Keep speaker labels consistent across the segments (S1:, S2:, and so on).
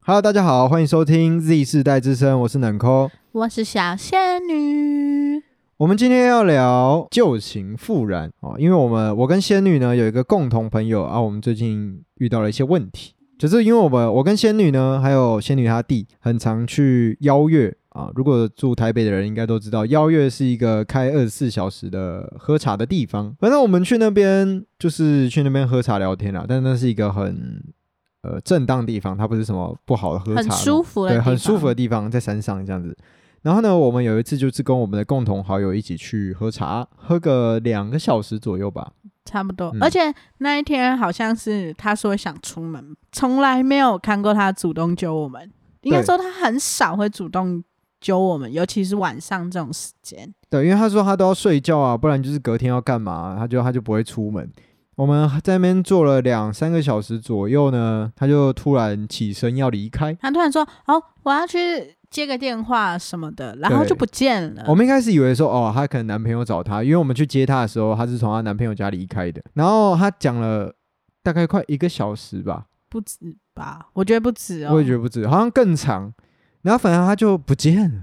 S1: Hello，大家好，欢迎收听 Z 世代之声，我是冷抠。
S2: 我是小仙女。
S1: 我们今天要聊旧情复燃哦，因为我们我跟仙女呢有一个共同朋友啊，我们最近遇到了一些问题，就是因为我们我跟仙女呢，还有仙女她弟，很常去邀月啊。如果住台北的人应该都知道，邀月是一个开二十四小时的喝茶的地方。反正我们去那边就是去那边喝茶聊天啦，但那是一个很呃正当地方，它不是什么不好的喝茶的
S2: 很
S1: 地方，
S2: 舒服的地
S1: 对，
S2: 方，
S1: 很舒服的地方，在山上这样子。然后呢，我们有一次就是跟我们的共同好友一起去喝茶，喝个两个小时左右吧。
S2: 差不多。
S1: 嗯
S2: 而且那一天好像是他说想出门，从来没有看过他主动揪我们。应该
S1: 对
S2: 说他很少会主动揪我们，尤其是晚上这种时间。
S1: 对，因为他说他都要睡觉啊，不然就是隔天要干嘛，他就他就不会出门。我们在那边坐了两三个小时左右呢，他就突然起身要离开。
S2: 他突然说：“哦，我要去接个电话什么的。”然后
S1: 对
S2: 就不见了。
S1: 我们一开始以为说，哦，她可能男朋友找她，因为我们去接她的时候，她是从她男朋友家离开的。然后她讲了大概快一个小时吧，
S2: 不止吧？我觉得不止哦。
S1: 我也觉得不止，好像更长。然后反正她就不见了。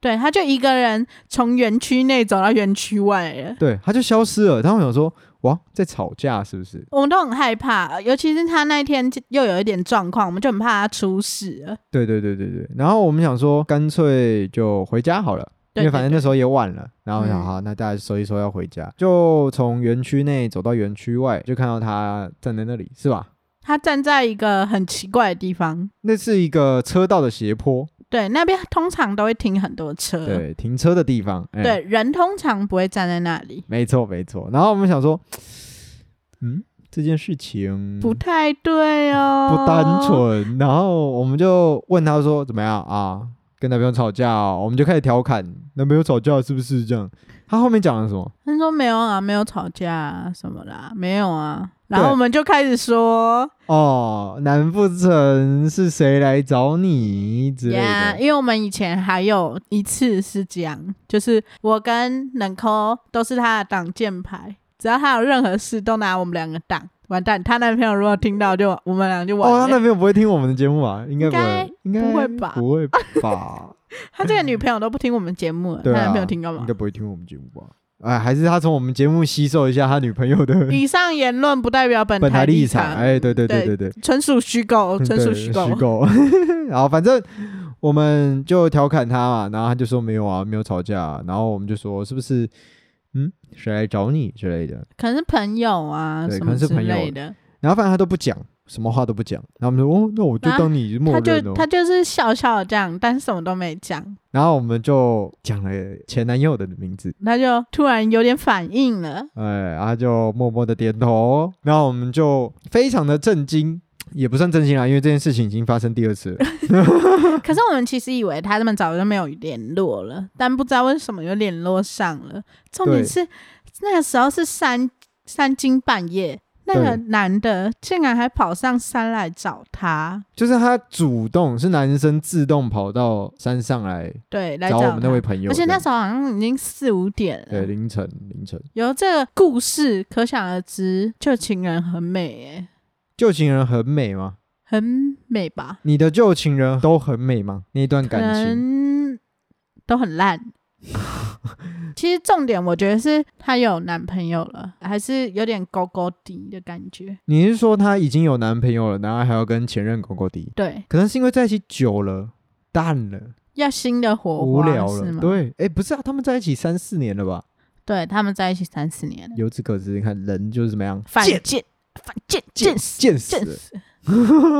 S2: 对，他就一个人从园区内走到园区外了。
S1: 对，他就消失了。他们想说，哇，在吵架是不是？
S2: 我们都很害怕，尤其是他那一天就又有一点状况，我们就很怕他出事了。
S1: 对对对对对。然后我们想说，干脆就回家好了，
S2: 对
S1: 因为反正那时候也晚了。然后我想，
S2: 嗯
S1: 好，那大家收一收要回家，就从园区内走到园区外，就看到他站在那里，是吧？
S2: 他站在一个很奇怪的地方，
S1: 那是一个车道的斜坡，
S2: 对，那边通常都会停很多车，
S1: 对，停车的地方。哎
S2: 嗯对，人通常不会站在那里，
S1: 没错没错。然后我们想说，嗯，这件事情
S2: 不太对哦，
S1: 嗯不单，纯。然后我们就问他说怎么样啊？跟男朋友吵架、哦，我们就开始调侃男朋友吵架是不是这样？他后面讲了什么？
S2: 他说没有啊，没有吵架、啊、什么啦，没有啊，然
S1: 对
S2: 后我们就开始说，
S1: 哦，难不成是谁来找你之类
S2: 呀，
S1: 的？
S2: 因为我们以前还有一次是这样，就是我跟冷抠都是他的挡箭牌，只要他有任何事都拿我们两个挡，完蛋，他男朋友如果听到就我们俩就完
S1: 哦，
S2: 了。
S1: 他男朋友不会听我们的节目吧？应该不会，应
S2: 该
S1: 该
S2: 不会吧
S1: 不会 吧？
S2: 他这个女朋友都不听我们节目了，
S1: 对啊
S2: 他男朋友听干嘛
S1: 应该？不会听我们节目吧？哎，还是他从我们节目吸收一下他女朋友的
S2: 以上言论不代表本
S1: 本台
S2: 立
S1: 立场。哎，对对对对
S2: 对
S1: 对，
S2: 纯属虚构，
S1: 嗯
S2: 纯属
S1: 对
S2: 哦虚
S1: 虚
S2: 构。
S1: 构。 然后反正我们就调侃他嘛，然后他就说没有啊，没有吵架啊、然后我们就说是不是，嗯，谁来找你之类的。
S2: 可能是朋友啊，
S1: 对可
S2: 什么
S1: 能是
S2: 之
S1: 朋友
S2: 类的。
S1: 然后反正他都不讲，什么话都不讲。然后我们说哦，那我就
S2: 然后
S1: 当你默
S2: 他就
S1: 认哦。
S2: 他就是笑笑的这样，但是什么都没讲。
S1: 然后我们就讲了前男友的名字，
S2: 他就突然有点反 应了，
S1: 哎，他就默默的点头。哦然后我们就非常的震惊，也不算震惊啦，因为这件事情已经发生第二次了。
S2: 可是我们其实以为他们早就没有联络了，但不知道为什么又联络上了。重点
S1: 对
S2: 是那个时候是三三更半夜，那
S1: 对
S2: 个男的竟然还跑上山来找他，
S1: 就是他主动是男生自动跑到山上来
S2: 对，来
S1: 找我
S2: 他
S1: 们那位朋友，
S2: 而且
S1: 这
S2: 那
S1: 样
S2: 时候嗯好像已经四五点
S1: 对，
S2: 了。
S1: 凌晨凌晨，
S2: 有这个故事，可想而知，旧情人很美耶、
S1: 旧情人很美吗？
S2: 很美吧？
S1: 你的旧情人都很美吗？那一段
S2: 可
S1: 感情，
S2: 能都 很烂。其实重点，我觉得是她有男朋友了，还是有点勾勾底的感觉。
S1: 你是说她已经有男朋友了，然后还要跟前任狗狗敌？
S2: 对，
S1: 可能是因为在一起久了，淡了，
S2: 要新的火
S1: 无
S2: 花
S1: 聊
S2: 是
S1: 了。
S2: 吗？
S1: 对，哎，不是啊，他们在一起三四年了吧？
S2: 对他们在一起三四年了，
S1: 由此可知，你看人就是怎么样，
S2: 反
S1: 贱
S2: 贱反贱
S1: 贱
S2: 贱死
S1: 贱死
S2: 贱
S1: 了。
S2: 死，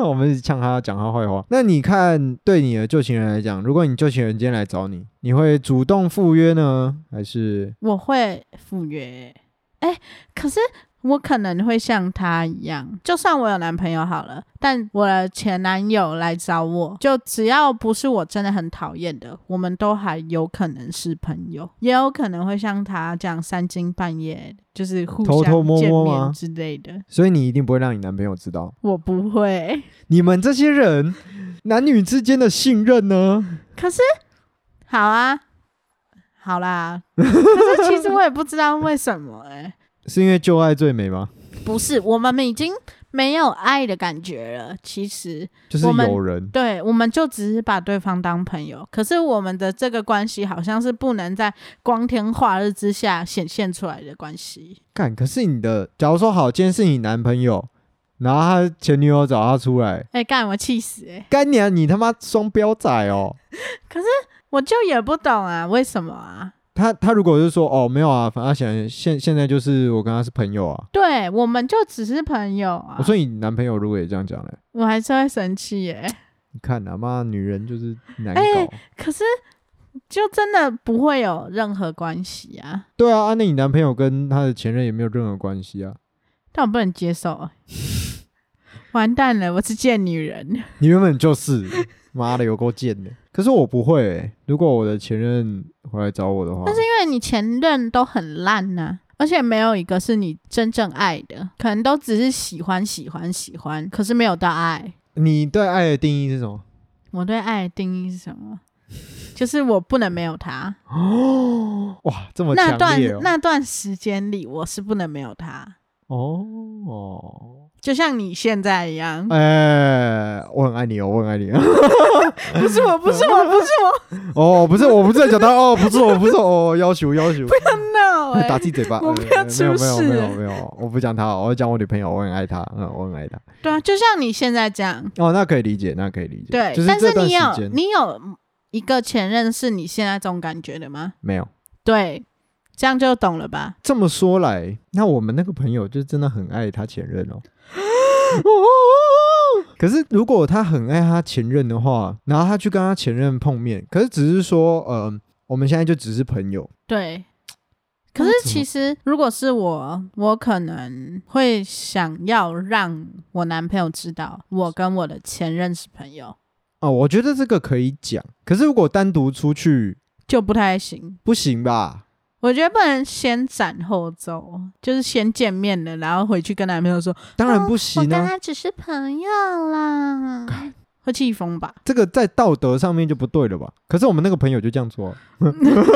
S1: 我们一直呛他，讲他坏话。那你看，对你的旧情人来讲，如果你旧情人今天来找你，你会主动赴约呢，还是
S2: 我会赴约。哎、可是我可能会像他一样，就算我有男朋友好了，但我的前男友来找我，就只要不是我真的很讨厌的，我们都还有可能是朋友，也有可能会像他这样三更半夜就是互
S1: 偷偷
S2: 相
S1: 摸
S2: 见
S1: 摸吗
S2: 面之类的。
S1: 所以你一定不会让你男朋友知道？
S2: 我不会，
S1: 你们这些人，男女之间的信任呢？
S2: 可是好啊，好啦， 可是其实我也不知道为什么哎、
S1: 是因为旧爱最美吗？
S2: 不是，我们已经没有爱的感觉了。其实，
S1: 就是
S2: 我们
S1: 有人
S2: 对，我们就只是把对方当朋友，可是我们的这个关系好像是不能在光天化日之下显现出来的关系。
S1: 干。可是你的，假如说好，今天是你男朋友，然后他前女友找他出来，
S2: 哎、干我气死哎、
S1: 干娘你他妈双标仔哦！
S2: 我就也不懂啊，为什么啊？
S1: 他他如果是说哦没有啊，反正现现现在就是我跟他是朋友啊，
S2: 对，我们就只是朋友啊。
S1: 我说你男朋友如果也这样讲嘞，
S2: 我还是会生气耶、
S1: 你看啊妈女人就是难搞。
S2: 哎可是就真的不会有任何关系啊，
S1: 对啊，啊那你男朋友跟他的前任也没有任何关系啊。
S2: 但我不能接受、 啊。完蛋了，我是贱女人。
S1: 你原本就是， 妈的有够贱的。可是我不会、欸，如果我的前任回来找我的话，
S2: 但是因为你前任都很烂呐、而且没有一个是你真正爱的，可能都只是喜欢、喜欢、喜欢，可是没有到爱。
S1: 你对爱的定义是什么？
S2: 我对爱的定义是什么？就是我不能没有他。
S1: 哇，这么
S2: 那
S1: 强
S2: 段
S1: 烈哦、
S2: 那段时间里，我是不能没有他，
S1: 哦，
S2: 就像你现在一样。
S1: 哎、我很爱你哦， 我很爱你。哎
S2: 不是我，不是我，不是我
S1: 哦，不是，我不是在讲他哦，不是我，不是我，哦，要求要求，
S2: ，no！哎、
S1: 打自己嘴巴。
S2: 我不要
S1: 呃没有
S2: 出
S1: 没有
S2: 事
S1: 没有没有，我不讲他，哦我讲我女朋友，我很爱她，嗯，我很爱她。
S2: 对啊，就像你现在这样，
S1: 哦，那可以理解，那可以理解。
S2: 对，
S1: 就是
S2: 但
S1: 这
S2: 是
S1: 段
S2: 你
S1: 时
S2: 有
S1: 间
S2: 你有一个前任是你现在这种感觉的吗？
S1: 没有。
S2: 对，这样就懂 了吧？
S1: 这么说来，那我们那个朋友就真的很爱他前任哦。可是如果他很爱他前任的话，然后他去跟他前任碰面，可是只是说，呃，我们现在就只是朋友。
S2: 对。可是
S1: 那怎么
S2: 其实，如果是我，我可能会想要让我男朋友知道，我跟我的前任是朋友，
S1: 哦，我觉得这个可以讲。可是如果单独出去，
S2: 就不太行。
S1: 不行吧？
S2: 我觉得不能先斩后奏，就是先见面了，然后回去跟男朋友说，
S1: 当然
S2: 哦
S1: 不行啊！
S2: 只是朋友啦，会气疯吧？
S1: 这个在道德上面就不对了吧？可是我们那个朋友就这样做啊、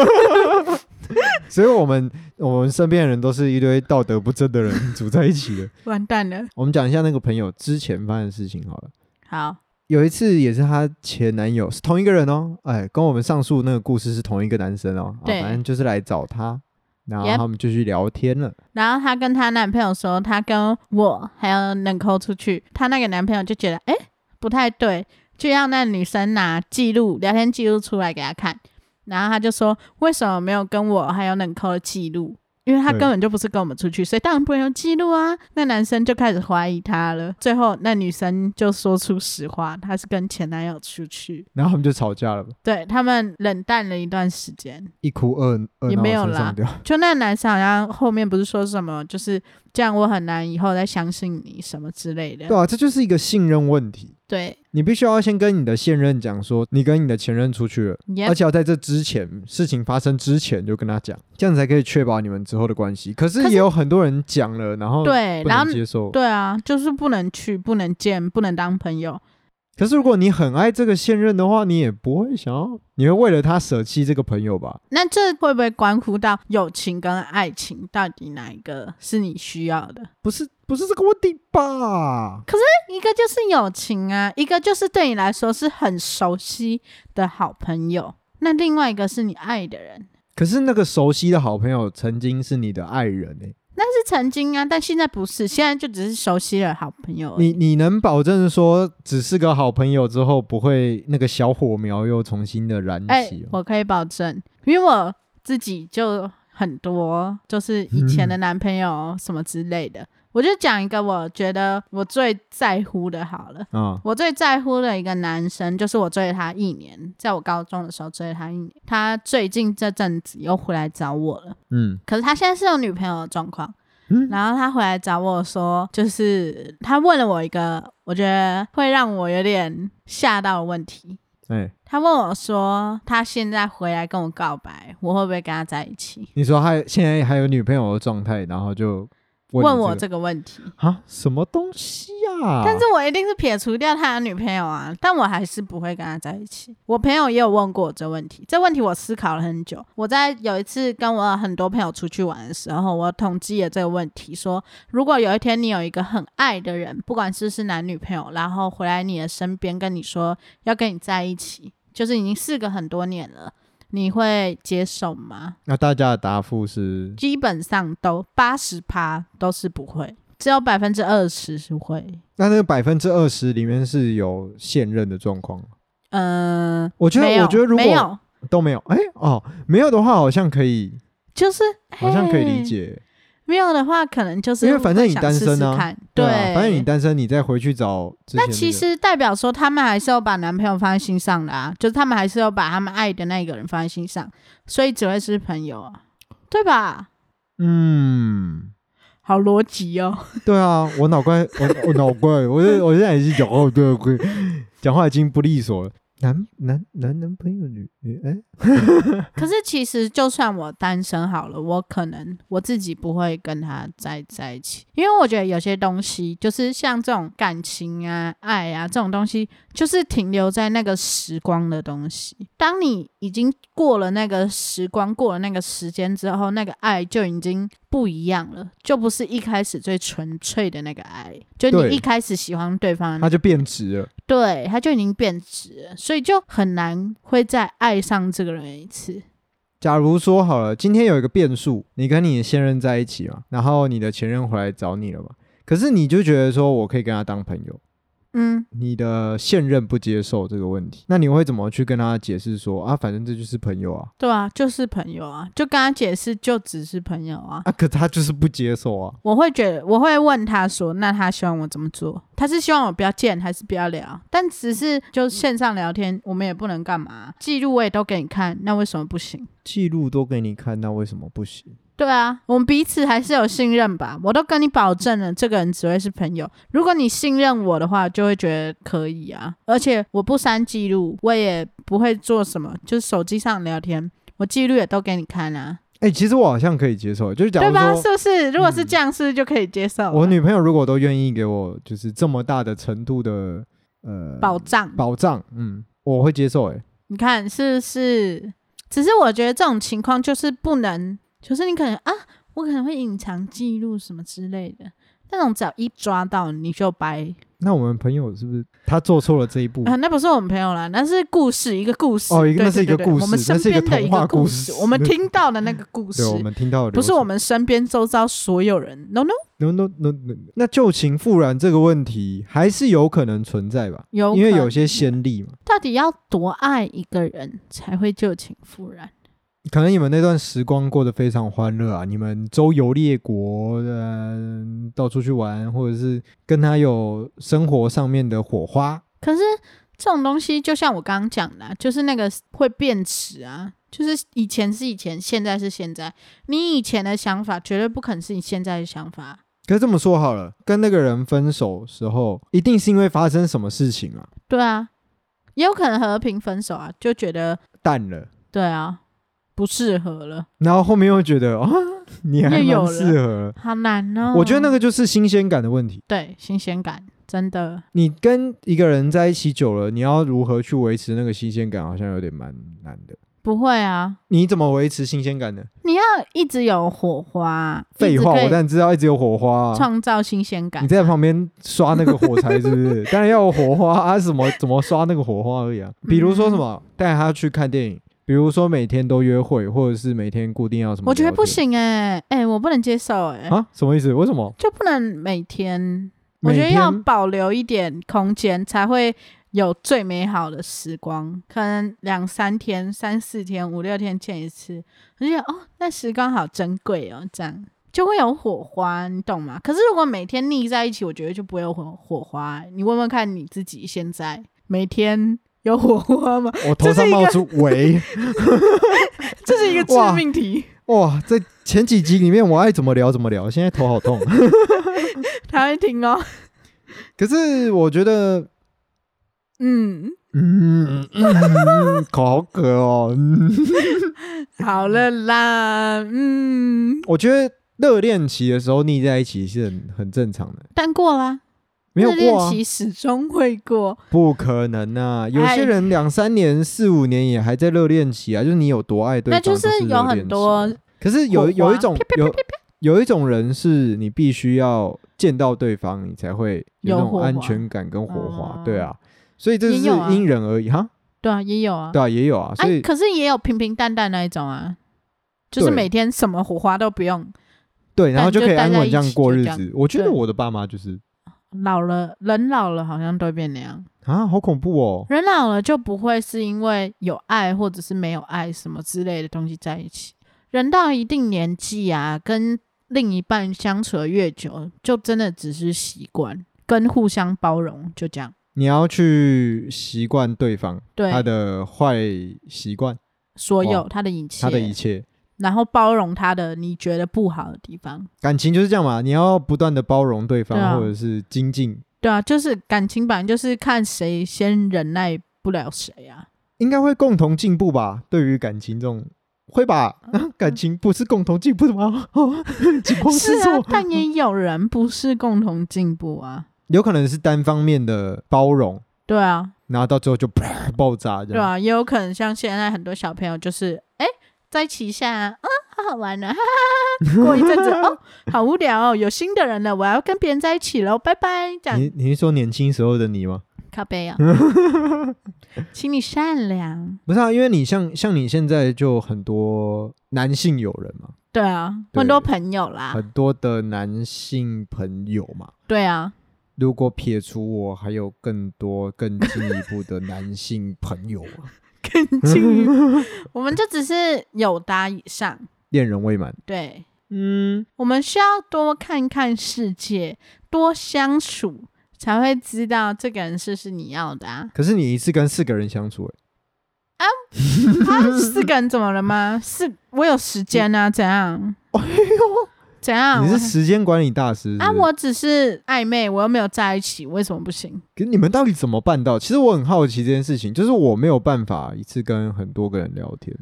S1: 所以我们我们身边的人都是一堆道德不正的人组在一起的。
S2: 完蛋了，
S1: 我们讲一下那个朋友之前发生的事情好了。
S2: 好，
S1: 有一次也是她前男友是同一个人哦，哎，跟我们上述那个故事是同一个男生哦，啊、
S2: 对
S1: 反正就是来找她，然后
S2: Yep
S1: 他们就去聊天了。
S2: 然后她跟她男朋友说，她跟我还有冷抠出去，她那个男朋友就觉得，哎、不太对，就让那女生拿记录聊天记录出来给她看，然后她就说，为什么没有跟我还有冷抠的记录？因为她
S1: 对
S2: 根本就不是跟我们出去，所以当然不会有记录啊。那男生就开始怀疑她了。最后，那女生就说出实话，她是跟前男友出去。
S1: 然后他们就吵架了，
S2: 对他们冷淡了一段时间，
S1: 一哭二二
S2: 也
S1: 闹
S2: 没有
S1: 三
S2: 啦
S1: 上吊。
S2: 就那个男生好像后面不是说什么，就是这样，我很难以后再相信你什么之类的。
S1: 对啊，这就是一个信任问题。
S2: 对，
S1: 你必须要先跟你的现任讲说，你跟你的前任出去了，
S2: 也
S1: 而且要在这之前事情发生之前就跟他讲，这样才可以确保你们之后的关系。可是
S2: 可是
S1: 也有很多人讲了，然后
S2: 对，
S1: 不
S2: 然后
S1: 能接受。
S2: 对啊，就是不能去，不能见，不能当朋友。
S1: 可是如果你很爱这个现任的话，你也不会想要，你会为了他舍弃这个朋友吧？
S2: 那这会不会关乎到友情跟爱情到底哪一个是你需要的？
S1: 不是，不是这个问题吧？
S2: 一个就是友情啊，一个就是对你来说是很熟悉的好朋友，那另外一个是你爱的人，
S1: 可是那个熟悉的好朋友曾经是你的爱人欸诶、
S2: 是曾经啊，但现在不是，现在就只是熟悉的好朋友而已。
S1: 你你能保证说只是个好朋友之后不会那个小火苗又重新的燃
S2: 哎、
S1: 起、哦？
S2: 我可以保证，因为我自己就很多，就是以前
S1: 嗯
S2: 的男朋友什么之类的。我就讲一个我觉得我最在乎的好了，
S1: 啊、
S2: 我最在乎的一个男生，就是我追了他一年，在我高中的时候追了他一年，他最近这阵子又回来找我了。
S1: 嗯
S2: 可是他现在是有女朋友的状况，
S1: 嗯
S2: 然后他回来找我说，就是他问了我一个我觉得会让我有点吓到的问题，
S1: 哎、
S2: 他问我说，他现在回来跟我告白，我会不会跟他在一起？
S1: 你说他现在还有女朋友的状态，然后就问
S2: 问
S1: 你
S2: 我
S1: 这
S2: 这个问题，
S1: 个啊什么东西啊？
S2: 但是我一定是撇除掉他的女朋友啊，但我还是不会跟他在一起。我朋友也有问过我这问题，这问题我思考了很久。我在有一次跟我很多朋友出去玩的时候，我统计了这个问题，说如果有一天你有一个很爱的人，不管是不是男女朋友，然后回来你的身边跟你说要跟你在一起，就是已经事隔很多年了，你会接受吗？
S1: 那大家的答复是
S2: 基本上都八十趴都是不会，只有百分之二十是会。
S1: 那那个百分之二十里面是有现任的状况吗，
S2: 嗯、
S1: 我觉得
S2: 没有，
S1: 我觉得如果
S2: 没有，
S1: 都没有。哎、哦，没有的话好像可以，
S2: 就是
S1: 好像可以理。
S2: 嘿
S1: 解。
S2: 没有的话，可能就是
S1: 因为反正你单身啊
S2: 会想试试看
S1: 对
S2: 对
S1: 啊，反正你单身，你再回去找之前那
S2: 那
S1: 个。
S2: 其实代表说，他们还是有把男朋友放在心上的啊，就是他们还是有把他们爱的那个人放在心上，所以只会是朋友啊，对吧？
S1: 嗯，
S2: 好逻辑哦，
S1: 对啊，我脑瓜， 我我脑瓜，我现我现在已经讲哦，对对，讲话已经不利索了。男男男男朋友女女哎、
S2: 可是其实就算我单身好了，我可能我自己不会跟他再在一起，因为我觉得有些东西就是像这种感情啊、爱啊这种东西，就是停留在那个时光的东西。当你已经过了那个时光，过了那个时间之后，那个爱就已经不一样了，就不是一开始最纯粹的那个爱，就
S1: 对
S2: 你一开始喜欢对方的那
S1: 他就变直了。
S2: 对，他就已经变质了，所以就很难会再爱上这个人一次。
S1: 假如说好了，今天有一个变数，你跟你的现任在一起嘛，然后你的前任回来找你了嘛，可是你就觉得说我可以跟他当朋友，
S2: 嗯，
S1: 你的现任不接受这个问题，那你会怎么去跟他解释说啊，反正这就是朋友啊，
S2: 对啊，就是朋友啊，就跟他解释就只是朋友啊。
S1: 啊，可他就是不接受啊，
S2: 我会觉得，我会问他说，那他希望我怎么做？他是希望我不要见，还是不要聊？但只是就线上聊天，我们也不能干嘛，啊记录我也都给你看，那为什么不行？
S1: 记录都给你看，那为什么不行？
S2: 对啊，我们彼此还是有信任吧。我都跟你保证了，这个人只会是朋友。如果你信任我的话，就会觉得可以啊。而且我不删记录，我也不会做什么，就是手机上聊天，我记录也都给你看啊，
S1: 哎、其实我好像可以接受，就是假
S2: 对
S1: 如
S2: 吧？
S1: 说嗯
S2: 是啊不是？如果是这样，是不是就可以接受了？
S1: 我女朋友如果都愿意给我就是这么大的程度的呃
S2: 保障，
S1: 保障，嗯，我会接受、欸，哎，
S2: 你看是不是？只是我觉得这种情况就是不能，就是你可能啊，我可能会隐藏记录什么之类的，那种只要一抓到你就掰。
S1: 那我们朋友是不是他做错了这一 步？
S2: 啊，那不是我们朋友啦，那是故事，一个故事。
S1: 嗯哦一个
S2: 对
S1: 那是一
S2: 对
S1: 个
S2: 对
S1: 故
S2: 对我们
S1: 事那
S2: 身
S1: 是一个
S2: 边的一
S1: 童话
S2: 个
S1: 故
S2: 故
S1: 事
S2: 我们听到的那个故事
S1: 对，，我们听到的
S2: 不是
S1: 流
S2: 我
S1: 程
S2: 们身边周遭所有人。No no，
S1: no no no no，那旧情复燃这个问题还是有可能存在吧？
S2: 有
S1: 因为
S2: 可
S1: 有些
S2: 能
S1: 先例嘛，
S2: 到底要多爱一个人才会旧情复燃？
S1: 可能你们那段时光过得非常欢乐啊，你们周游列国，嗯、到处去玩，或者是跟他有生活上面的火花。
S2: 可是这种东西，就像我刚刚讲的啊、就是那个会变质啊。就是以前是以前，现在是现在。你以前的想法绝对不可能是你现在的想法，
S1: 可是这么说好了，跟那个人分手时候，一定是因为发生什么事情啊，
S2: 对啊，也有可能和平分手啊，就觉得
S1: 淡了，
S2: 对啊，不适合了，
S1: 然后后面又觉得啊， 你还
S2: 又有
S1: 蛮
S2: 了
S1: 适合的。
S2: 好难哦。
S1: 我觉得那个就是新鲜感的问题。
S2: 对新鲜感真的
S1: 你跟一个人在一起久了，你要如何去维持那个新鲜感，好像有点蛮难的。
S2: 不会啊，
S1: 你怎么维持新鲜感呢？
S2: 你要一直有火花，
S1: 废话，
S2: 一直
S1: 我
S2: 可以
S1: 当然知道一直有火花、啊。
S2: 创造新鲜感
S1: 你。在旁边刷那个火柴是不是？当然要有火花啊！什么怎么刷那个火花 而已啊？比如说什么
S2: 嗯
S1: 带他去看电影，比如说每天都约会，或者是每天固定要什么？
S2: 我觉得不行哎、哎、我不能接受哎、
S1: 啊！什么意思？为什么？
S2: 就不能每天，我
S1: 每
S2: 觉得要
S1: 天
S2: 保留一点空间，才会有最美好的时光。可能两三天、三四天、五六天见一次，我就觉得哦，那时光好珍贵哦，这样就会有火花，你懂吗？可是如果每天腻在一起，我觉得就不会有火火花。欸你问问看你自己现在每天。有火花吗？
S1: 我头上冒出喂！
S2: 这是一个致
S1: 哇
S2: 命题。
S1: 哇，在前几集里面我爱怎么聊怎么聊，现在头好 痛。
S2: 他会听哦。
S1: 可是我觉得
S2: 嗯，
S1: 嗯，嗯口好渴哦。嗯，
S2: 好了啦。嗯，
S1: 我觉得热恋期的时候腻在一起是很很正常的，
S2: 但过啦、
S1: 没有
S2: 热恋
S1: 过啊，
S2: 期始终会过。
S1: 不可能啊！有
S2: 哎
S1: 些人两三年、四五年也还在热恋期啊，就是你有多爱对
S2: 那
S1: 方，
S2: 就
S1: 都是热
S2: 有很
S1: 恋期
S2: 多
S1: 可是有
S2: 火
S1: 有一
S2: 花
S1: 种有有一种人是你必须要见到对方，你才会有
S2: 有
S1: 那种
S2: 火花
S1: 安全感跟火花，
S2: 哦
S1: 对啊，所以这
S2: 也
S1: 是
S2: 有啊
S1: 因人而异哈，
S2: 对啊，也有啊。
S1: 对啊，也有啊，所
S2: 哎、
S1: 以
S2: 可是也有平平淡淡那一种啊，就是
S1: 对
S2: 每天什么火花都不用，
S1: 对，然后
S2: 但
S1: 就可以
S2: 就待
S1: 安
S2: 在
S1: 稳
S2: 一
S1: 这样
S2: 起
S1: 过
S2: 就
S1: 日
S2: 这样
S1: 子。我觉得
S2: 对
S1: 我的爸妈就是
S2: 老了人老了好像都会变那样，
S1: 啊，好恐怖哦，
S2: 人老了就不会是因为有爱或者是没有爱什么之类的东西在一起。人到一定年纪啊，跟另一半相处的越久，就真的只是习惯跟互相包容，就这样。
S1: 你要去习惯对方
S2: 对，
S1: 他的坏习惯，
S2: 所有
S1: 哇
S2: 他的一切，
S1: 他的一切。
S2: 然后包容他的你觉得不好的地方。
S1: 感情就是这样嘛，你要不断的包容对方，
S2: 对啊
S1: 或者是精进。
S2: 对啊，就是感情版，就是看谁先忍耐不了谁啊。
S1: 应该会共同进步吧？对于感情这种，会吧？啊 感情不是共同进步的吗？ 情况
S2: 是
S1: 是
S2: 啊
S1: 错，，
S2: 但也有人不是共同进步啊。
S1: 有可能是单方面的包容，
S2: 对啊，
S1: 然后到最后就 啪爆炸这
S2: 对
S1: 样。
S2: 啊，也有可能像现在很多小朋友就是，哎、在一起一下啊，啊好好玩啊，哈哈哈哈过一阵子哦，好无聊哦，有新的人了，我要跟别人在一起喽，拜拜，这样
S1: 你你是说年轻时候的你吗？
S2: 靠背啊，请你善良。
S1: 不是啊，因为你像像你现在就很多男性友人嘛，
S2: 对啊，
S1: 对
S2: 很多朋友啦，
S1: 很多的男性朋友嘛。
S2: 对啊，
S1: 如果撇除我，还有更多更进一步的男性朋友啊，
S2: 更进一步，我们就只是有答以上，
S1: 恋人未满。
S2: 对，
S1: 嗯，
S2: 我们需要多看看世界，多相处，才会知道这个人是不是你要的啊
S1: 。可是你一次跟四个人相处、欸，
S2: 啊，四个人怎么了吗？是我有时间啊，怎样？怎样？
S1: 哎你是
S2: 我
S1: 时间管理大师是不是
S2: 啊，我只是暧昧，我又没有在一起，为什么不行？
S1: 可是你们到底怎么办到？其实我很好奇这件事情，就是我没有办法一次跟很多个人聊天。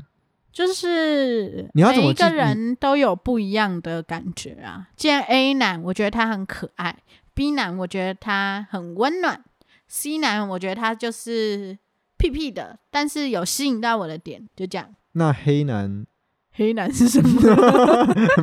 S2: 就是
S1: 你要怎
S2: 每
S1: 么
S2: 一个
S1: 记
S2: 人都有不一样的感觉啊。见 A 男，我觉得他很可爱；B 男，我觉得他很温暖；C 男，我觉得他就是屁屁的，但是有吸引到我的点，就这样。
S1: 那黑男
S2: 黑男是什么？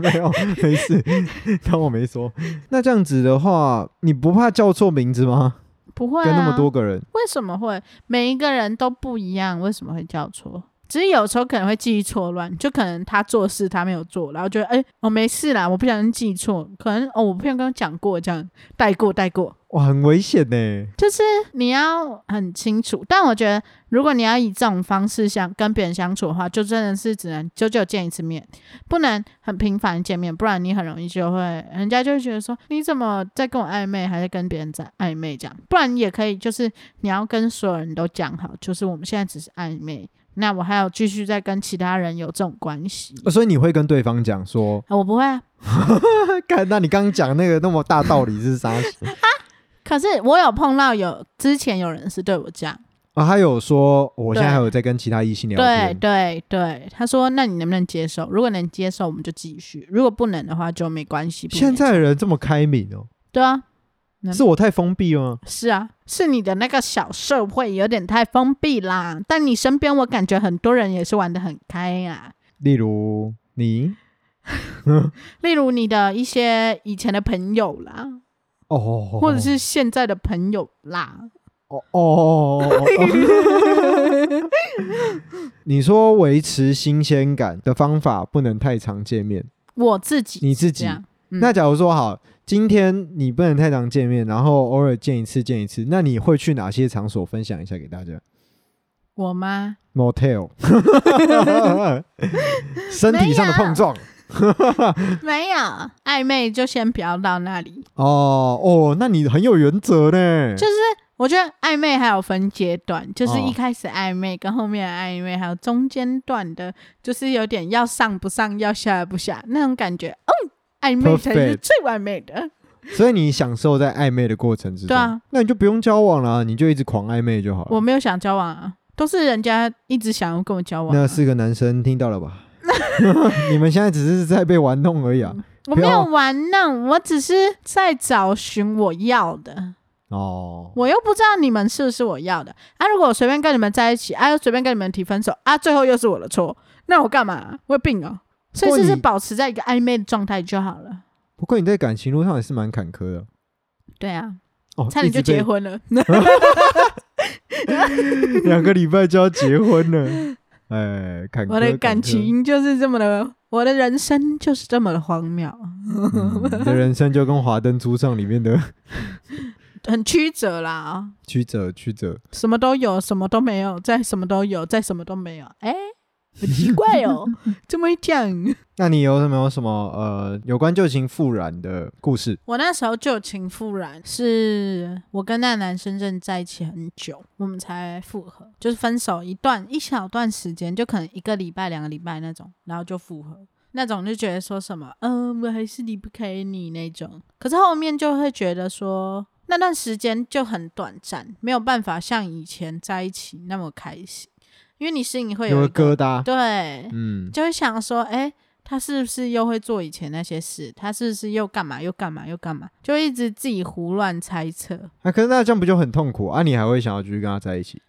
S1: 没有，没事， 当我没说。那这样子的话，你不怕叫错名字吗？
S2: 不会、啊，
S1: 跟那么多，个人，
S2: 为什么会每一个人都不一样？为什么会叫错？只是有时候可能会记忆错乱，就可能他做事他没有做，然后觉得哎，我、没事啦，我不小心记错，可能哦，我朋友跟我讲过，这样带过带过。
S1: 哇，很危险欸呢。
S2: 就是你要很清楚，但我觉得如果你要以这种方式相跟别人相处的话，就真的是只能久久见一次面，不能很频繁见面，不然你很容易就会，嗯人家就会觉得说你怎么在跟我暧昧，还是跟别人在暧昧这样。不然也可以，就是你要跟所有人都讲好，就是我们现在只是暧昧，那我还有继续再跟其他人有这种关系。
S1: 呃所以你会跟对方讲说，
S2: 啊我不会啊，
S1: 干，那你刚刚讲那个那么大道理是啥？
S2: 可是我有碰到有之前有人是对我这样。
S1: 啊，他有说，我现在
S2: 对
S1: 还有在跟其他异性聊
S2: 对
S1: 天。
S2: 对对，他说：“那你能不能接受？如果能接受，我们就继续；如果不能的话，就没关系。不勉强”
S1: 现在的人这么开明哦，
S2: 对啊，嗯
S1: 是我太封闭了吗？
S2: 是啊，是你的那个小社会有点太封闭啦。但你身边，我感觉很多人也是玩的很开啊呀、
S1: 例如你
S2: 例如你的一些以前的朋友啦，
S1: 哦，
S2: 或者是现在的朋友啦。
S1: 哦哦哦哦哦 哦！你说维持新鲜感的方法不能太常见面，
S2: 我自己
S1: 你自
S2: 这
S1: 己。
S2: 样，嗯
S1: 那假如说好，今天你不能太常见面，然后偶尔见一次见一次，那你会去哪些场所分享一下给大家
S2: 我吗？
S1: ？Motel，身体上的碰撞。
S2: 没有暧昧，就先不要到那里。
S1: 哦哦，那你很有原则呢。
S2: 就是我觉得暧昧还有分阶段，就是
S1: 哦
S2: 一开始暧昧跟后面的暧昧，还有中间段的，就是有点要上不上，要下不下那种感觉。哦，暧昧才是
S1: Perfect
S2: 最完美的。
S1: 所以你享受在暧昧的过程之中，
S2: 对啊，
S1: 那你就不用交往了啊，你就一直狂暧昧就好
S2: 我
S1: 了。
S2: 没有想交往啊，都是人家一直想要跟我交往啊、
S1: 那四个男生听到了吧？你们现在只是在被玩弄而已啊！
S2: 我没有
S1: 不
S2: 玩弄，我只是在找寻我要的，
S1: 哦，
S2: 我又不知道你们是不是我要的啊！如果我随便跟你们在一起，啊，又随便跟你们提分手，啊，最后又是我的错，那我干嘛？我有病哦！所以
S1: 不过
S2: 就
S1: 你
S2: 是保持在一个暧昧的状态就好了。
S1: 不过你在感情路上也是蛮坎坷的
S2: 对啊，
S1: 哦，
S2: 差点
S1: 一直
S2: 就结
S1: 被，
S2: 婚了。
S1: 两个礼拜就要结婚了，哎，坎坷，
S2: 我的感
S1: 坎坷，
S2: 情就是这么的，我的人生就是这么的荒谬，
S1: 嗯你的人生就跟《华灯初上》里面的
S2: 很曲折啦，
S1: 曲折曲折，
S2: 什么都有，什么都没有，再什么都有，再什么都没有，哎、很奇怪 哦，这么一讲，
S1: 那你有没有什么呃有关旧情复燃的故事？
S2: 我那时候旧情复燃，是我跟那男生正在一起很久，我们才复合，就是分手一段一小段时间，就可能一个礼拜、两个礼拜那种，然后就复合。那种就觉得说什么，嗯，我还是离不开你那种。可是后面就会觉得说，那段时间就很短暂，没有办法像以前在一起那么开心，因为你心里会有
S1: 有
S2: 一
S1: 个疙
S2: 个
S1: 瘩，
S2: 对，
S1: 嗯，
S2: 就会想说，哎、他是不是又会做以前那些事？他是不是又干嘛又干嘛又干嘛？就一直自己胡乱猜测。
S1: 啊，可是那这样不就很痛苦啊？你还会想要继续跟他在一起？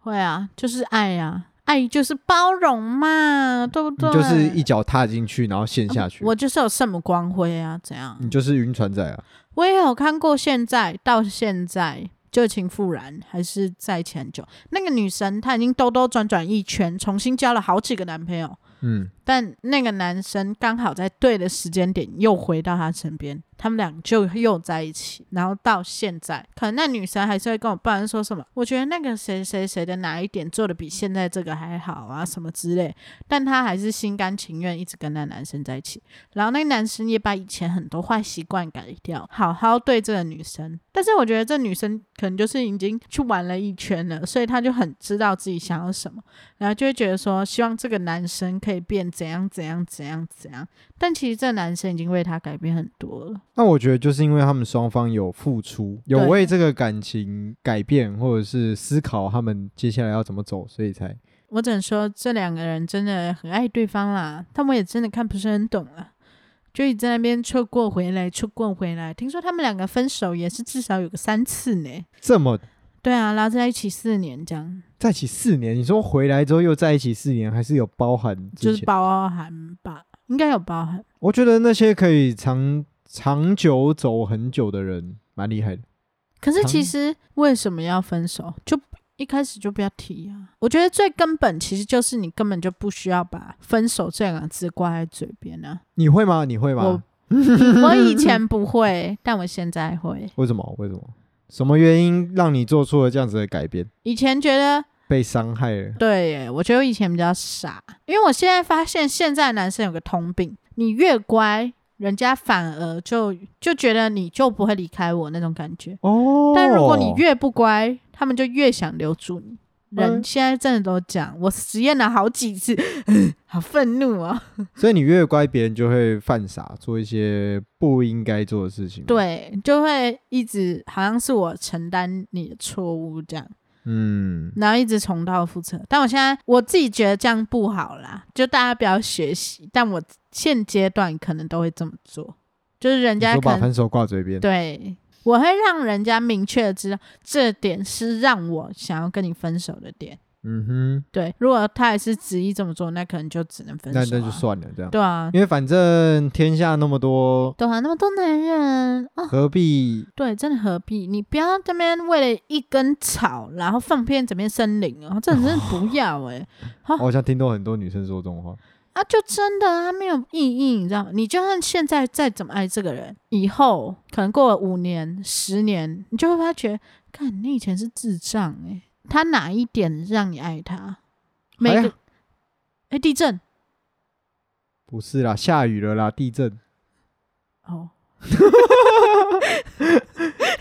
S2: 会啊，就是爱啊，爱就是包容嘛，对不
S1: 你
S2: 对？嗯
S1: 就是一脚踏进去，然后陷下去。
S2: 我就是有圣母光辉啊，怎样？
S1: 你就是晕船仔啊！
S2: 我也有看过，现在到现在旧情复燃，还是在前久。那个女生她已经兜兜转转一圈，重新交了好几个男朋友，
S1: 嗯，
S2: 但那个男生刚好在对的时间点又回到她身边，他们俩就又在一起，然后到现在，可能那女生还是会跟我抱怨说什么，我觉得那个谁谁谁的哪一点做的比现在这个还好啊，什么之类，但她还是心甘情愿一直跟那男生在一起，然后那个男生也把以前很多坏习惯改掉，好好对这个女生，但是我觉得这女生可能就是已经去玩了一圈了，所以她就很知道自己想要什么。然后就会觉得说，希望这个男生可以变怎样怎样怎样怎样。但其实这个男生已经为他改变很多了。
S1: 那我觉得就是因为他们双方有付出，有
S2: 对
S1: 为这个感情改变，或者是思考他们接下来要怎么走，所以才
S2: 我只能说，这两个人真的很爱对方啦，但我也真的看不是很懂了。就一直在那边错过回来，错过回来。听说他们两个分手也是至少有个三次呢。
S1: 这么
S2: 对啊，然后在一起四年这样，
S1: 在一起四年。你说回来之后又在一起四年，还是有包含之前？
S2: 就是包含吧，应该有包含。
S1: 我觉得那些可以长长久走很久的人，蛮厉害的。
S2: 可是其
S1: 常
S2: 实为什么要分手？就一开始就不要提啊！我觉得最根本其实就是你根本就不需要把分手这两个字挂在嘴边啊。
S1: 你会吗？你会 吗？
S2: 我以前不会，但我现在会。
S1: 为什么？为什么？什么原因让你做出了这样子的改变？
S2: 以前觉得
S1: 被伤害了？
S2: 对耶，我觉得我以前比较傻，因为我现在发现现在的男生有个通病，你越乖，人家反而就就觉得你就不会离开我那种感觉。
S1: 哦，
S2: 但如果你越不乖，他们就越想留住你。人
S1: 嗯
S2: 现在真的都讲，我实验了好几次， 好愤怒哦。
S1: 所以你越乖，别人就会犯傻，做一些不应该做的事情。，
S2: 对，就会一直好像是我承担你的错误这样，
S1: 嗯，
S2: 然后一直重蹈覆辙。但我现在我自己觉得这样不好啦，就大家不要学习。但我现阶段可能都会这么做，就是人
S1: 你
S2: 家
S1: 说
S2: 可
S1: 把
S2: 能
S1: 分手挂嘴边，
S2: 对，我会让人家明确的知道这点是让我想要跟你分手的点。
S1: 嗯
S2: 对，如果他还是执意这么做，那可能就只能
S1: 哼，
S2: 分手、
S1: 那
S2: 啊。
S1: 那就算了，这样，
S2: 对啊，
S1: 因为反正天下那么多，
S2: 对啊，那么多男人哦，
S1: 何必？
S2: 对，真的何必？你不要这边为了一根草，然后放遍整片森林哦，这种真的不要哎、
S1: 我好像听到很多女生说这种话，
S2: 啊，就真的啊，没有意义，你知道吗？你就算现在再怎么爱这个人，以后可能过了五年、十年，你就会发觉，看你以前是智障哎、他哪一点让你爱他？每
S1: 哎
S2: 个
S1: 呀
S2: 哎、地震
S1: 不是啦，下雨了啦，地震，
S2: 哦，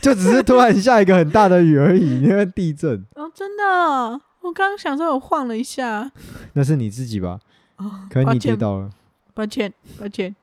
S1: 就只是突然下一个很大的雨而已。因为地震，
S2: 哦，真的哦，我刚刚想说，我晃了一下，
S1: 那是你自己吧？
S2: 哦，
S1: 可能
S2: 抱
S1: 你跌
S2: 歉，
S1: 倒了。
S2: 抱歉，抱歉。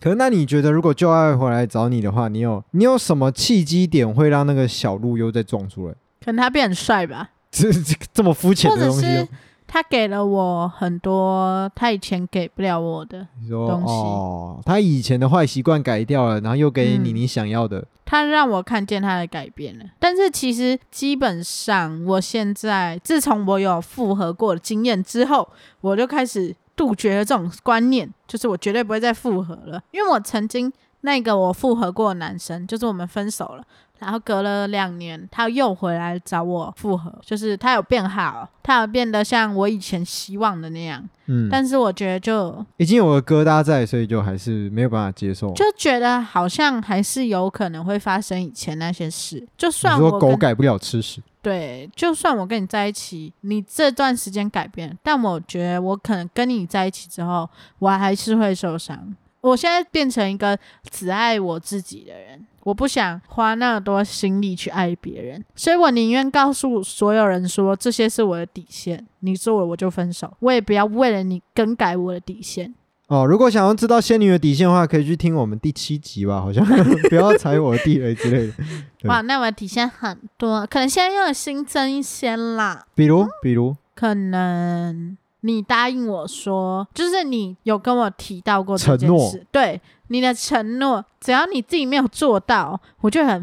S1: 可是那你觉得，如果旧爱回来找你的话，你有你有什么契机点会让那个小鹿又再撞出来？
S2: 可能他变很帅吧，
S1: 这这这么肤浅
S2: 或
S1: 的
S2: 者
S1: 东西哦、
S2: 是他给了我很多他以前给不了我的，
S1: 你说
S2: 东西
S1: 哦，他以前的坏习惯改掉了，然后又给你
S2: 嗯
S1: 你想要的，
S2: 他让我看见他的改变了。但是其实基本上，我现在自从我有复合过的经验之后，我就开始杜绝了这种观念，就是我绝对不会再复合了。因为我曾经那个我复合过的男生，就是我们分手了。然后隔了两年，他又回来找我复合，就是他有变好，他有变得像我以前希望的那样。
S1: 嗯，
S2: 但是我觉得就
S1: 已经有个疙瘩在，所以就还是没有办法接受。
S2: 就觉得好像还是有可能会发生以前那些事。就
S1: 你
S2: 算
S1: 说
S2: 我
S1: 狗
S2: 跟
S1: 改不了吃屎，
S2: 对，就算我跟你在一起，你这段时间改变，但我觉得我可能跟你在一起之后，我还是会受伤。我现在变成一个只爱我自己的人，我不想花那么多心力去爱别人，所以我宁愿告诉所有人说这些是我的底线，你做了我就分手，我也不要为了你更改我的底线。
S1: 哦，如果想要知道仙女的底线的话，可以去听我们第七集吧，好像 不要踩我地雷之类的。对
S2: 哇，那我的底线很多，可能现在又有新增一些啦。
S1: 比如，比如，
S2: 可能你答应我说，就是你有跟我提到过这
S1: 承
S2: 件
S1: 诺
S2: 事，对你的承诺，只要你自己没有做到，我就会很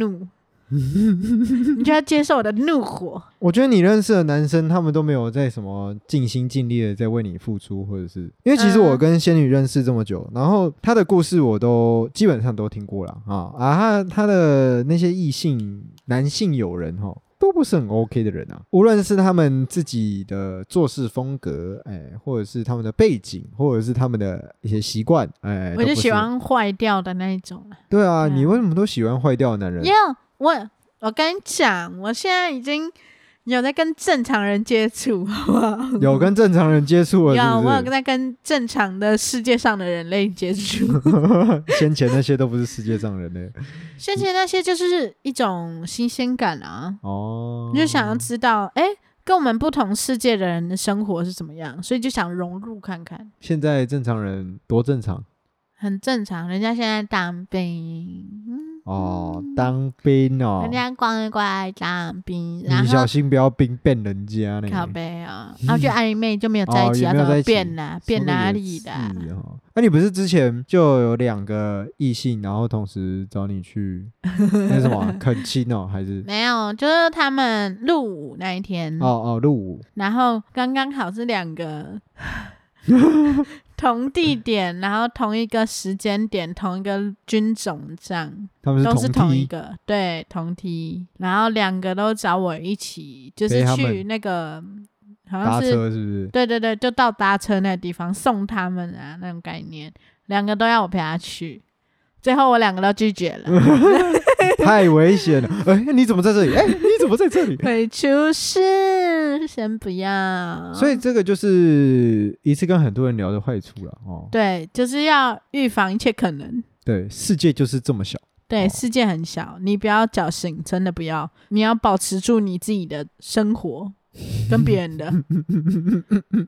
S2: 怒，你就要接受我的怒火。
S1: 我觉得你认识的男生，他们都没有在什么尽心尽力的在为你付出，或者是因为其实
S2: 嗯
S1: 我跟仙女认识这么久，然后她的故事我都基本上都听过了啊啊，她她的那些异性男性友人哈。都不是很 OK 的人啊，无论是他们自己的做事风格，哎，或者是他们的背景，或者是他们的一些习惯，哎，都
S2: 我就
S1: 不
S2: 喜
S1: 是
S2: 欢坏掉的那一种了。
S1: 对啊，你
S2: 嗯
S1: 为什么都喜欢坏掉的男人
S2: 因？为我我跟你讲，我现在已经有在跟正常人接触， 好不好？
S1: 有跟正常人接触了，
S2: 有，我有
S1: 是不
S2: 在跟正常的世界上的人类接触。
S1: 是？先前那些都不是世界上人类
S2: 先前那些就是一种新鲜感啊，
S1: 哦。
S2: 你就想要知道，哎、跟我们不同世界的人的生活是怎么样，所以就想融入看看，
S1: 现在正常人多正常
S2: 很正常。人家现在当兵，
S1: 哦
S2: 嗯，
S1: 当兵哦，
S2: 人家乖乖当兵，然
S1: 你
S2: 后
S1: 小心不要兵变人家呢。
S2: 靠背啊，然后就暧昧就没有在
S1: 哦
S2: 一起，
S1: 也
S2: 啊，
S1: 没有
S2: 怎
S1: 在一
S2: 么
S1: 起
S2: 变啦？变哪里的啊？
S1: 是哦那、你不是之前就有两个异性，然后同时找你 去那什么啊恳亲哦，还是
S2: 没有，就是他们入伍那一天，
S1: 哦哦入伍
S2: 然后刚刚好是 两个同地点，然后同一个时间点，同一个军种这样。
S1: 他们是
S2: 都
S1: 同
S2: 是
S1: 梯
S2: 同一个，对，同梯，然后两个都找我一起，就
S1: 陪
S2: 是
S1: 他
S2: 去
S1: 们
S2: 那个嗯好
S1: 搭
S2: 像是
S1: 车是不是？
S2: 对对对，就到搭车那个地方送他们啊那种概念，两个都要我陪他去，最后我两个都拒绝 了，
S1: 太危险 了！哎、你怎么在这里？哎、你怎么在这里？
S2: 会出事，先不要。
S1: 所以这个就是一次跟很多人聊的坏处了哦。
S2: 对，就是要预防一切可能。
S1: 对，世界就是这么小。
S2: 对，
S1: 哦
S2: 世界很小，你不要侥幸，真的不要，你要保持住你自己的生活跟别 人的，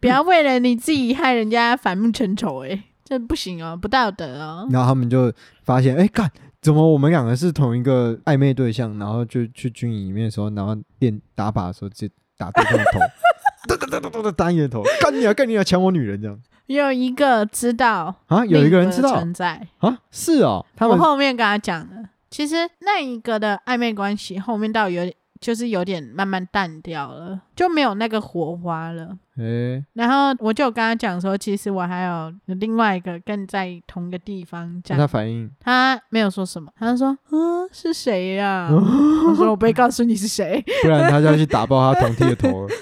S2: 不要为了你自己害人家反目成仇、欸，这不行哦，不道德哦。
S1: 然后他们就发现，哎、干，怎么我们两个是同一个暧昧对象？然后就去军营里面的时候，然后练打靶的时候直接打对方的头，哒哒哒哒哒哒打你的头，干你啊，干你啊，抢我女人这样
S2: 有一个知道，
S1: 啊？有一个人
S2: 另
S1: 知道
S2: 存在，
S1: 啊？是哦，他
S2: 我
S1: 们
S2: 后面跟他讲的。其实那一个的暧昧关系后面到有点，就是有点慢慢淡掉了，就没有那个火花了。
S1: 哎、
S2: 然后我就有跟他讲说，其实我还有另外一个更在同一个地方这
S1: 那他
S2: 样
S1: 反应
S2: 他没有说什么，他就说：“嗯，是谁 呀、我说：“我不会告诉你是 谁。
S1: 不然他就要去打爆他同梯的头了。”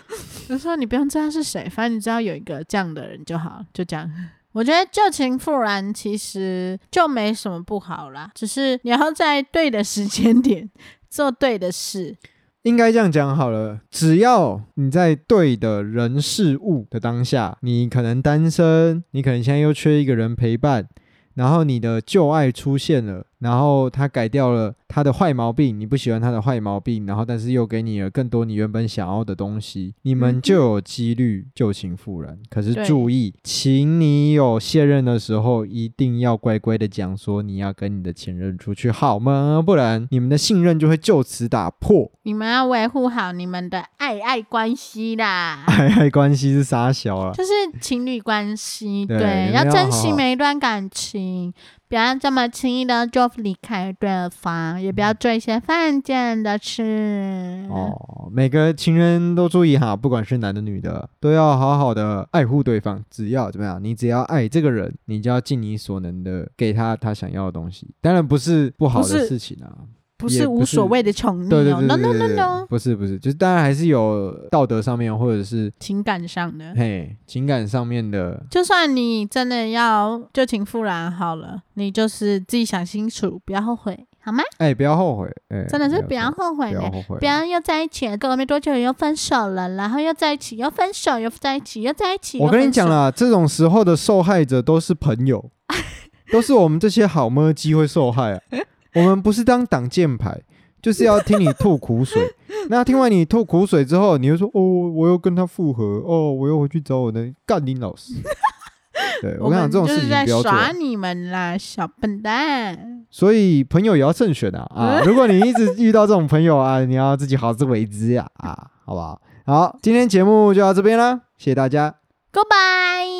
S2: 我说：“你不用知道是谁，反正你知道有一个这样的人就好，就这样。”我觉得旧情复燃其实就没什么不好啦，只是你要在对的时间点做对的事。
S1: 应该这样讲好了，只要你在对的人事物的当下，你可能单身，你可能现在又缺一个人陪伴，然后你的旧爱出现了，然后他改掉了他的坏毛病，你不喜欢他的坏毛病，然后但是又给你了更多你原本想要的东西，你
S2: 嗯
S1: 们
S2: 哼
S1: 就有几率旧情复燃。可是
S2: 对
S1: 注意，请你有卸任的时候，一定要乖乖的讲说你要跟你的前任出去，好吗？不然你们的信任就会就此打破。，
S2: 你们要维护好你们的爱爱关系啦
S1: 爱爱哎关系是傻小啊了，
S2: 就是情侣关系，
S1: 对
S2: 对
S1: 你，们
S2: 要
S1: 要
S2: 珍
S1: 好
S2: 惜
S1: 好
S2: 每一段感情，不要这么轻易的就离开对方，也不要做一些犯贱的事。
S1: 嗯哦，每个情人都注意哈，不管是男的女的，都要好好的爱护对方。只要怎么样，你只要爱这个人，你就要尽你所能的给他他想要的东西。当然不是不好
S2: 不是
S1: 的事情啊，
S2: 不
S1: 也
S2: 是
S1: 不
S2: 无所
S1: 是
S2: 谓的宠溺
S1: 对对
S2: 哦
S1: 对
S2: ，no
S1: 对
S2: no
S1: 对
S2: no
S1: 对
S2: no，
S1: 不是不是，就是当然还是有道德上面或者是
S2: 情感上的。
S1: 嘿情感上面的。
S2: 就算你真的要旧情复燃好了，你就是自己想清楚，不要后悔，好吗？
S1: 哎、不要后悔，哎、
S2: 真的是
S1: 不
S2: 不要
S1: 后
S2: 后悔
S1: 不
S2: 呢
S1: 要，后悔，
S2: 不要又在一起了，过没多久又分手了，然后又在一起，又分手，又在一起，又在一起。
S1: 我
S2: 又
S1: 跟你
S2: 分手
S1: 讲，啦，这种时候的受害者都是朋 友，都是我们这些好么鸡会受害啊。我们不是当挡箭牌，就是要听你吐苦水。那听完你吐苦水之后，你就说：“哦，我又跟他复合，哦，我又回去找我的干林老 师。对”我
S2: 我
S1: 跟你讲，
S2: 们
S1: 这种
S2: 就
S1: 事
S2: 是
S1: 情
S2: 在
S1: 不要做。啊
S2: 耍你们啦，小笨蛋。
S1: 所以朋友也要慎选啊 啊！如果你一直遇到这种朋友啊，你要自己好自为之啊啊，好不好？好，今天节目就到这边啦，谢谢大家。
S2: Goodbye。